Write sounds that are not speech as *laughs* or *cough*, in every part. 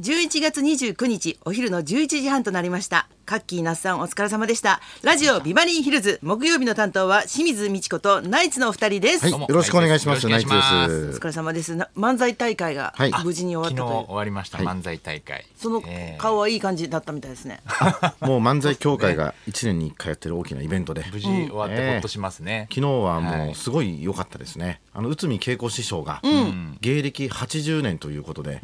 11月29日お昼の11時半となりましたカッキー那須さんお疲れ様でしたラジオビバリーヒルズ木曜日の担当は清水美智子とナイツのお二人です、はい、どうもよろしくお願いします。ナナイイツツですおです疲。れ様ですな漫才大会がはい無事に終昨わ日ったという、終わりました漫才大会そのえー顔はいい感じだったみたいですね、もう漫才協会が一年に一回やってる大きなイベントで、無昨事終わっうんてほっとしますね日ははもいうすごい良かったですね。あの内海恵子師匠が芸歴80年ということで、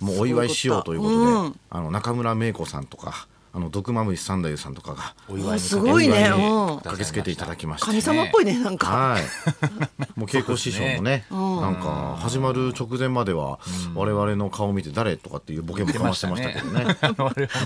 もうお祝いしようというこすごいとこで、あの中村芽子さんとか、あの毒まむし三太夫さんとかがお祝いにすごいね駆けうん駆けつけてい *laughs* ただきました。神様っぽいねなんか、はい。もう稽古師匠もね、なんか始まる直前までは我々の顔を見て誰とかっていうボケもかましてましたけど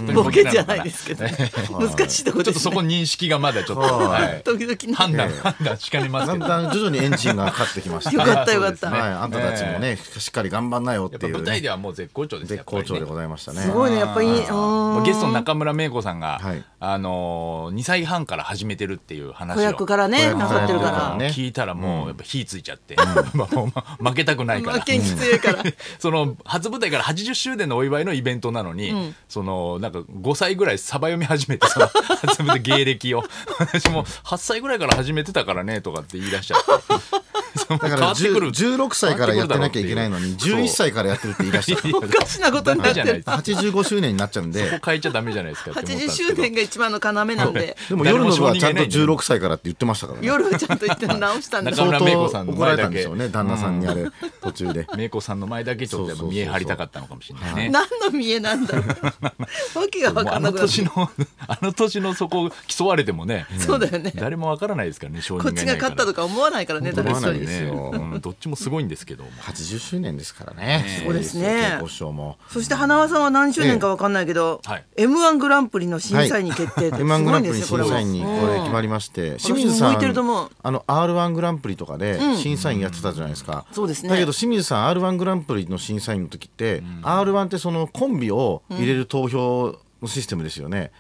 ね。ボケじゃないですけど、難しいとこちょでっすとそねこ認識がまだちょっとはい時々ね判断判断しかねますだけんどだん徐々にエンジンがかかってきました。よはい、かったよかっそた、うですねあんたたちもね、しっかり頑張んなよやっってぱいう、舞台ね。ではもう絶好調です絶好調でごいざいましたね。すごいねやっぱりうんゲストの中村芽子さんが、はいあのー、2歳半から始めてるっていう話を子役からね子役なさってるから子ね聞いたらもうやっぱ火ついちゃって、 *laughs* まあもうま負けたくないから負けん気強いから *laughs* その初舞台から80周年のお祝いのイベントなのに、そのなんか5歳ぐらいサバ読み始めてその初舞台芸歴を *laughs* 私も8歳ぐらいから始めてたからねとかって言い出しち *laughs* ゃってそのだ変からわってくる16歳からやってなきゃいけないのに11歳からやってるって言い出したおかしなことになってダメじゃないるですか85周年になっちゃうんで変えちゃダメじゃないですかって思ったんで80すけど周年が一番の要なんででも夜の部はちゃんと16歳からって言ってましたからね夜はちゃんと言って直したんだ中相村当芽子さんの怒られ前ただんけでしょうね旦那さんにあれ途中で芽子さんの前だけちょっとやっぱ見え張りたかったのかもしれないね。何の見えなんだろ *laughs* うわけが分もうかあんなのくなっ年のあの年のそこを競われてもねそうだよね誰もわからないですからね承こっ認がちいがないか勝らったとか思わないからね思誰わ一ない人ですようんどっちもすごいんですけども80周年ですからねねごそういよですね稽古師匠もそして花輪さんは何周年か分かんないけど、ええはい m 1グランプリの審査員に決定ってす *laughs* M1 グごラいんンでプリすよこれ審は査員にこれ決まりまして清水私もさ向いてると思うんあの R1 グランプリとかで審査員やってたじゃないですかそうですねだけど清水さん R1 グランプリの審査員の時って R1 ってそのコンビを入れる投票のシステムですよね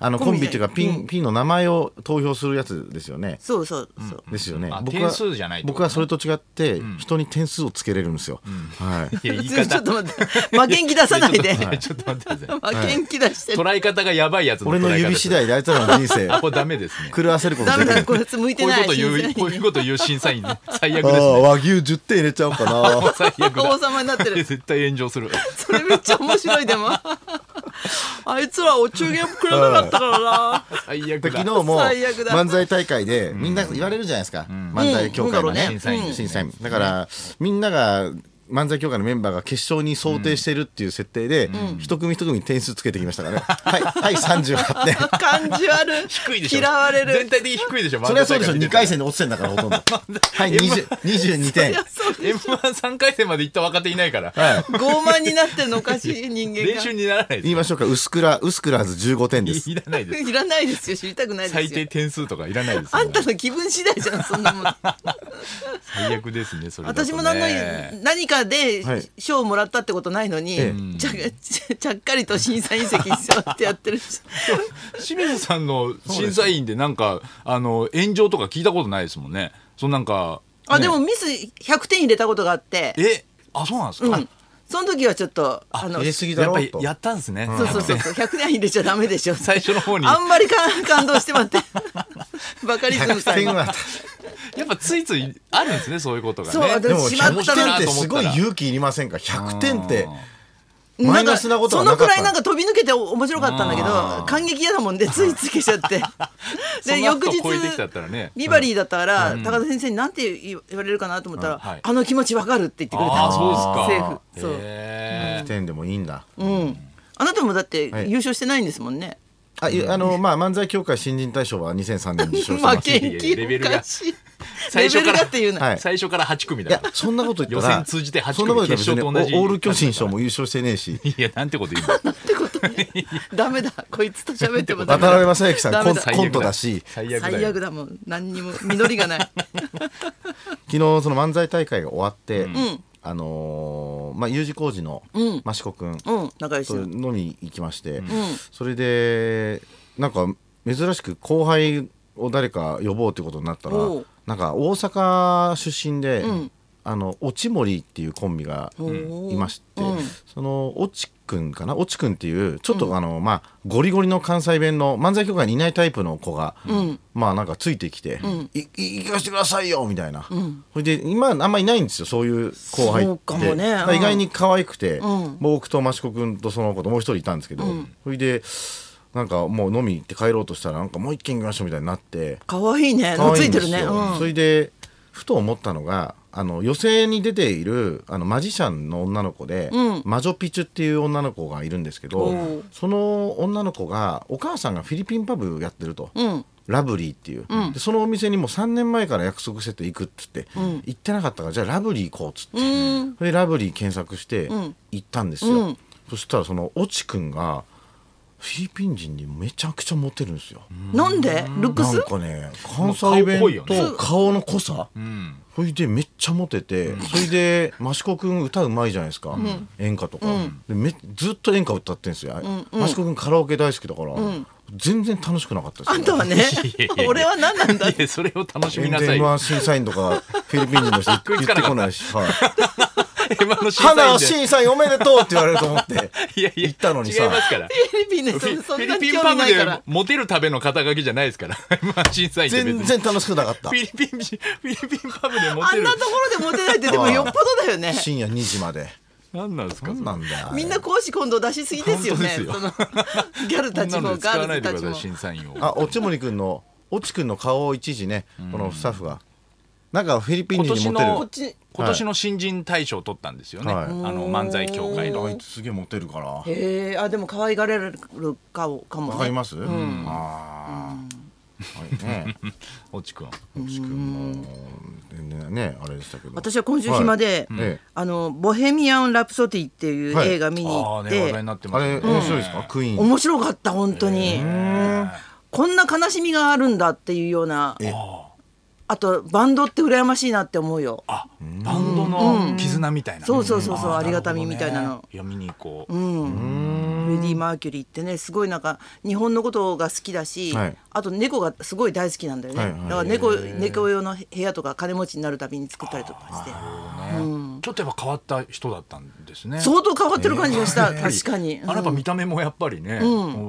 あのココンンビねビっていうかピンピンの名前を投票するやつですよねそうそうそう、ですよねあ僕点は数じゃないってこと僕はそれと違って人に点数をつけれるんですよはい *laughs* いや言 *laughs* いちょ方っと待って負けん気出さない *laughs* でいやちょっと待ってください負けん気出 *laughs* してる捉え方がやばいやつの捉え俺方の指次第であいつらの人 *laughs* 生あこれダメですねこ狂わせることダメできだるこいつ向いうていうなこいと言う審査こ員ういにうこと言う審査員ね最悪あであすね和牛10点入れちゃおうかな最悪王だ様になってる絶対炎上するそれめっちゃ面白い *laughs* でもあいつらお中元もくれなかったからな最悪で昨日だも最悪だ漫才大会でみんな言われるじゃないですか、漫才協会のね,、うんそうだろうね審査員だからみんなが漫才協会のメンバーが決勝に想定してるっていう設定で、一組一組点数つけてきましたからね、 *laughs* はいはい38点 *laughs* 感じ悪低いでしょ *laughs* 嫌われ全る体的に低いでしょそれはそうでしょ漫2才回界見て戦で落ちてんだからほ *laughs* とんどはい20 22い点やそうたら M13 回戦まで行った若手いないからはい傲慢になってんのおかしい人間練習がにならないで言いましょうか薄くら薄くらず15点ですいらないですいらないですよ知りたくないで最すよ低点数とかいらないですあよんたの気分次第じゃんそんなもん *laughs* 最悪ですねそれだとね私も何の何かではい賞をもらったってことないのに、えちゃちゃちゃっかりと審査員席に座ってやってるし清水さんの審査員でなんかあの炎上とか聞いたことないですもんねそのなんかあでねもミス100点入れたことがあってえあそうなんですか、うんその時はちょっとあの入れすぎだろやっぱりやった *laughs* んですね、そうそうそうそう100点入れちゃダメでしょ最初の方にあんまり感感動してまって *laughs* バカリズムさ100ん点にはやっぱついついあるんですねそういうことがそうね私でもしまっ100た点なってと思すったらごい勇気いりませんか100点ってんかマイナスなことはなかったそのくらいなんか飛び抜けて面白かったんだけど感激嫌だもんでついつけちゃって *laughs* そでの後翌日超えてきたったらねビバリーだったから、高田先生になんて言われるかなと思ったら、うんはいあの気持ちわかるって言ってくれたああそうです政か府そう、へ100点でもいいんだうん、あなたもだってはい優勝してないんですもんね、あいあのまあ漫才協会新人大賞は2003年に受賞して負ます。けん気レベおルがかしいレ最ベ初ルからがっていうな、はえい最初から8組いだやからそんなこと言った予ら選通じて八そ組んなこと言ったら決勝と同じオール巨人賞も優勝してねえしいやなんてこと言うん *laughs* だってことねダメだこいつと喋ってもダメ渡だ辺正行さんコンダメだコントだし最悪だよ最悪だもん何にも実りがない昨日その漫才大会が終わって、あのーまあ U 字工事の益子君うん仲良しとの飲み行きまして、それでなんか珍しく後輩を誰か呼ぼうってことになったらおうなんか大阪出身で、あのオチモリっていうコンビがいまして、そのオチくんかなオチくんっていうちょっとあの、まあゴリゴリの関西弁の漫才協会にいないタイプの子が、まあなんかついてきて「いい行かしてくださいよ」みたいな、それで今あんまいないんですよそういう後輩ってそうかもねだから意外に可愛くて、僕と益子君とその子ともう一人いたんですけど、それでなんかもう飲み行って帰ろうとしたらなんかもう一軒行きましょうみたいになって。可愛いね。可つ愛いいんてでるすね。ようんそれでふと思ったのがあの予選に出ているあのマジシャンの女の子で、マジョピチュっていう女の子がいるんですけおどうその女の子がお母さんがフィリピンパブやってると。うん。ラブリーっていう、でそのお店にもう3年前から約束してて行くっつって、行ってなかったからじゃあラブリー行こうっつって、それでラブリー検索して行ったんですよ、そしたらそのオチ君がフィリピン人にめちゃくちゃモテるんですよ、なんでルックなス *laughs* ん？かね関西弁と顔の濃さうんそれでめっちゃモテてそれで益子くん歌うまいじゃないですか演歌とかでめずっと演歌歌ってんですよ益子くんカラオケ大好きだから全然楽しくなかったですよあんたはねやいやい、や俺は何なんだ。いやそれを楽しみ全なさい然 m よ1審査員とかフィリピン人の人 *laughs* 食い言つっかてなかったこないし「はい今の審花査は員で審査員おめでとう」って言われると思って *laughs* いやいや行ったのにさ違いますからフィリピンでフ *laughs* そそィんなリにピン興パ味ブないかでら。モテるための肩書きじゃないですから。まあ審査員って別全に。然楽しくなかったフィリピン、フィリピンパブでモあテんるな。ところでモテないってでもよっぽどだよね。深夜2時までなんなんですか何なんだよあれみんな講師今度出しすぎですよね。本当ですよそのギャルたちそんなもの使ガわーなルいズでたくだちさもい、。審査員を。あ、落ち森くんの、落ちくんの顔を一時ね、このスタッフが。なんかフィリピン人にモテ今こっる。ち。今年の新人大賞を取ったんですよね。はいあの漫才協会の。いつすげえモテるから。わへえあでも可愛がれるかもかも、ね。かります。ああ。はいね。おちくん。落ちくんも。全然ね、あれでしたけど。私は今週暇で、はいええあのボヘミアンラプソディっていう映画見にあ行あっね話て、題になってあますれね。面白いですか、クイーン。面白かった本当に、こんな悲しみがあるんだっていうようなあとバンドって羨ましいなって思うよあ、バンドの絆みたいなね。そうそうそうそうんありがたみみたいなの。るほどねいや見に行こう。フレディ・マーキュリーってねすごいなんか日本のことが好きだし、はいあと猫がすごい大好きなんだよね、はいはいだから猫猫用の部屋とか金持ちになるたびに作ったりとかしてねちょっとやっぱ変わった人だったんですね。相当変わってる感じがした、やっぱり確かに。あれやっぱ見た目もやっぱりね、やっ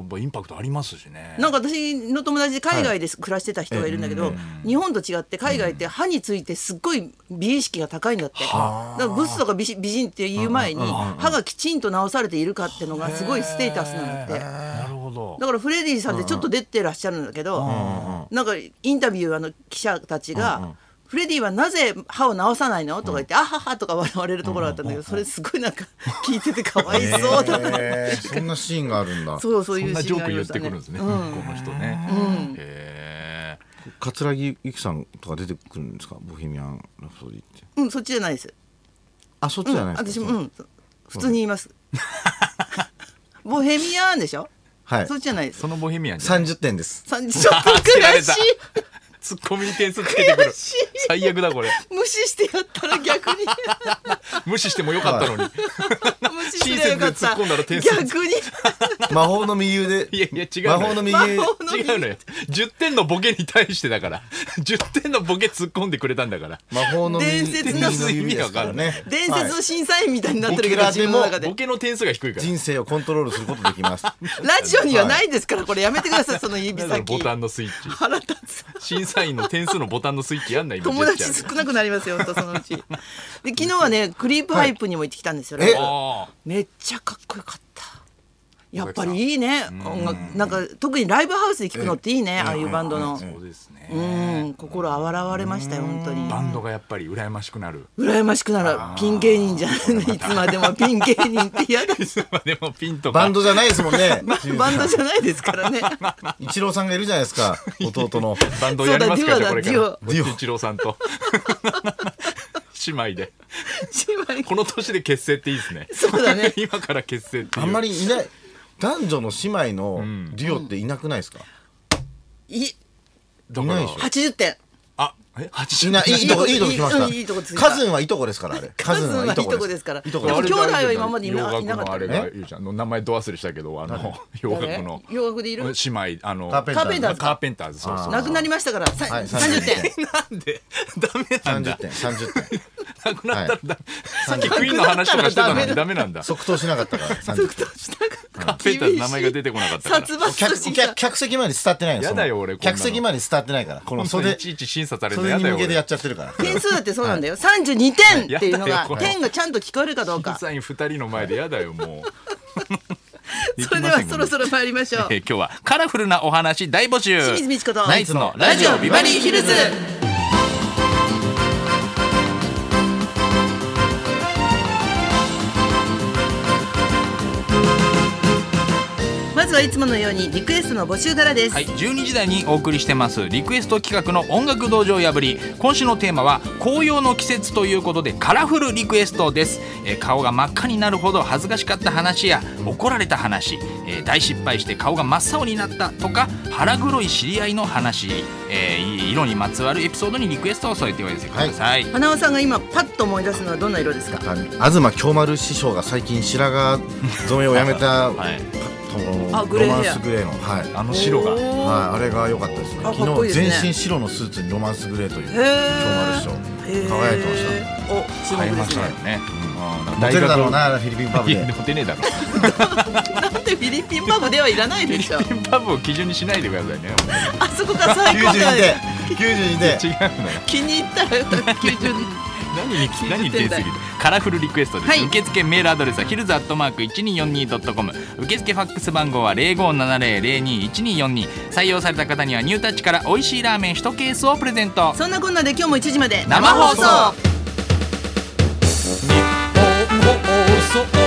ぱインパクトありますしね。なんか私の友達で海外で暮らしてた人がいるんだけど、日本と違って海外って歯についてすっごい美意識が高いんだって、だからブスとか美し美人っていう前に歯がきちんと直されているかってのがすごいステータスなんだってなるほど。だからフレディさんってちょっと出てらっしゃるんだけど、なんかインタビューあの記者たちが、フレディはなぜ歯を直さないのとか言って、あははとか笑われるところだったんだけど、それすごいなんか聞いててかわいそうだな、えーそんなシーンがあるんだ。そうそうそいんうなシジーンョーがあクりま言っしてたくるんねですね、この人ね。へー葛城ゆきさんとか出てくるんですか、ボヘミアンラプソディって。うんそっちじゃないですあ、そっちじゃないです私か。も、うん、普通に言います。ボヘミアンでしょ。はいそ。っちじゃないですそ。のボヘミアンじゃない三十点です。さんちょっと悔焦られしたい。ツッコミに点数つけてくる悔しい最悪だこれ無視してやったら逆に無視してもよかったのに、無視してやよかっ親切で突たっ込んだら点数逆に魔法の右 *laughs* 腕。いやいや違う魔の法の右魔法の違うのよ10点のボケに対してだから10点のボケ突っ込んでくれたんだから魔法の伝右説右のの指ですからね。伝説の審査員みたいになってるけど、はい自分の中でボケの点数が低いから人生をコントロールすることできます。 *laughs* ラジオにはないですからこれやめてくださいその指 *laughs* なんだろうボ先タンのスイッチ腹立つ審査員の点数のボタンのスイッチやんない今友ジェ達スチャー少なくなりますよほんとそのうちで昨日はねクリープハイプにも行ってきたんですよ、はいえあめっちゃかっこよかったやっぱりいいね音楽なんか特にライブハウスで聴くのっていいねああいうバンドのあそうですねうん心洗われましたよ本当にバンドがやっぱり羨ましくなる羨ましくならピン芸人じゃないいつまでもピン芸人って嫌 *laughs* だいつまでもピンとかバンドじゃないですもんね。 *laughs* バンドじゃないですから *laughs* ね *laughs* イチローさんがいるじゃないですか。弟 *laughs* の。バンドやりますかそうじゃだあこれかデュオらだデュオ一郎さんと姉妹で姉妹この年で結成っていいですねそうだね *laughs* 今から結成っていうあんまりいない。男女の姉妹のデュオっていなくないですか。 *laughs* いだいからないでしょ80点あえ80いない。いいとこ、いいいいとこ来まいいいいとこついした。たカズンはいとこですから、あれ。カズンはいいとこですからいとこでもです兄弟は今までいな洋楽いなかっのたあれねがゆうちゃんの名前ど忘れしたけどあの洋楽の誰洋楽でいる姉妹あのカーペンターズカーペンターズカーペンターズそうそうなくなりましたからさ *laughs* はい30点 *laughs* なんでダメな三ん十だ *laughs* 点、三十点。なくなったらダメ、さっなきくなったらクイーンの話とかしてたダのメだにダメなんだ即答しなかったから30 *laughs* 即答したかカフェタの名前が出てこなかったから殺伐と客してきた客客席まで伝ってないのやだよその俺こんなの客席まで伝ってないからこのそれ袖いちいち審査されるの袖やにだよ向けてやっ俺ちゃってるから点数だってそうなんだよ、32点っていうの *laughs* やだがよこの点がちゃんと聞こえるかどう *laughs* 審か査員2人の前でやだ *laughs* よもうそれではそろそろ参りましょうえー今日はカラフルなお話大募集清水美智子とナイツのラジオビバリーヒルズまずはいつものようにリクエストの募集からです、はい、12時台にお送りしてますリクエスト企画の音楽道場破り今週のテーマは紅葉の季節ということでカラフルリクエストです、えー顔が真っ赤になるほど恥ずかしかった話や怒られた話、えー大失敗して顔が真っ青になったとか腹黒い知り合いの話、えー色にまつわるエピソードにリクエストを添えてお寄せください、花尾さんが今パッと思い出すのはどんな色ですかあの東京丸師 *laughs* 匠が最近白髪染めをやめたはいとのあグレーロヘアマンスグレーのはいあの白がおーはい、あれが良かったですね。あ昨かっこいい日ですね全身白のスーツにロマンスグレーというへー今日もあるでしょ。輝いてました。たお注変え目までしすたよねね、うんモテるだろうなフィリピンパブいや *laughs* で。モテねえだろなんでフィリピンパブではいらないでしょフィリピンパブを基準にしないでくださいねあそこが最九高十じゃな二いでですか。九十二で。違うのよ気に入ったら90何に何に手点す台ぎるカラフルリクエストです、はい受付メールアドレスはヒルズアットマーク 1242.com 受付ファックス番号は0570021242採用された方にはニュータッチから美味しいラーメン1ケースをプレゼントそんなこんなで今日も1時まで生放送生放送日本放送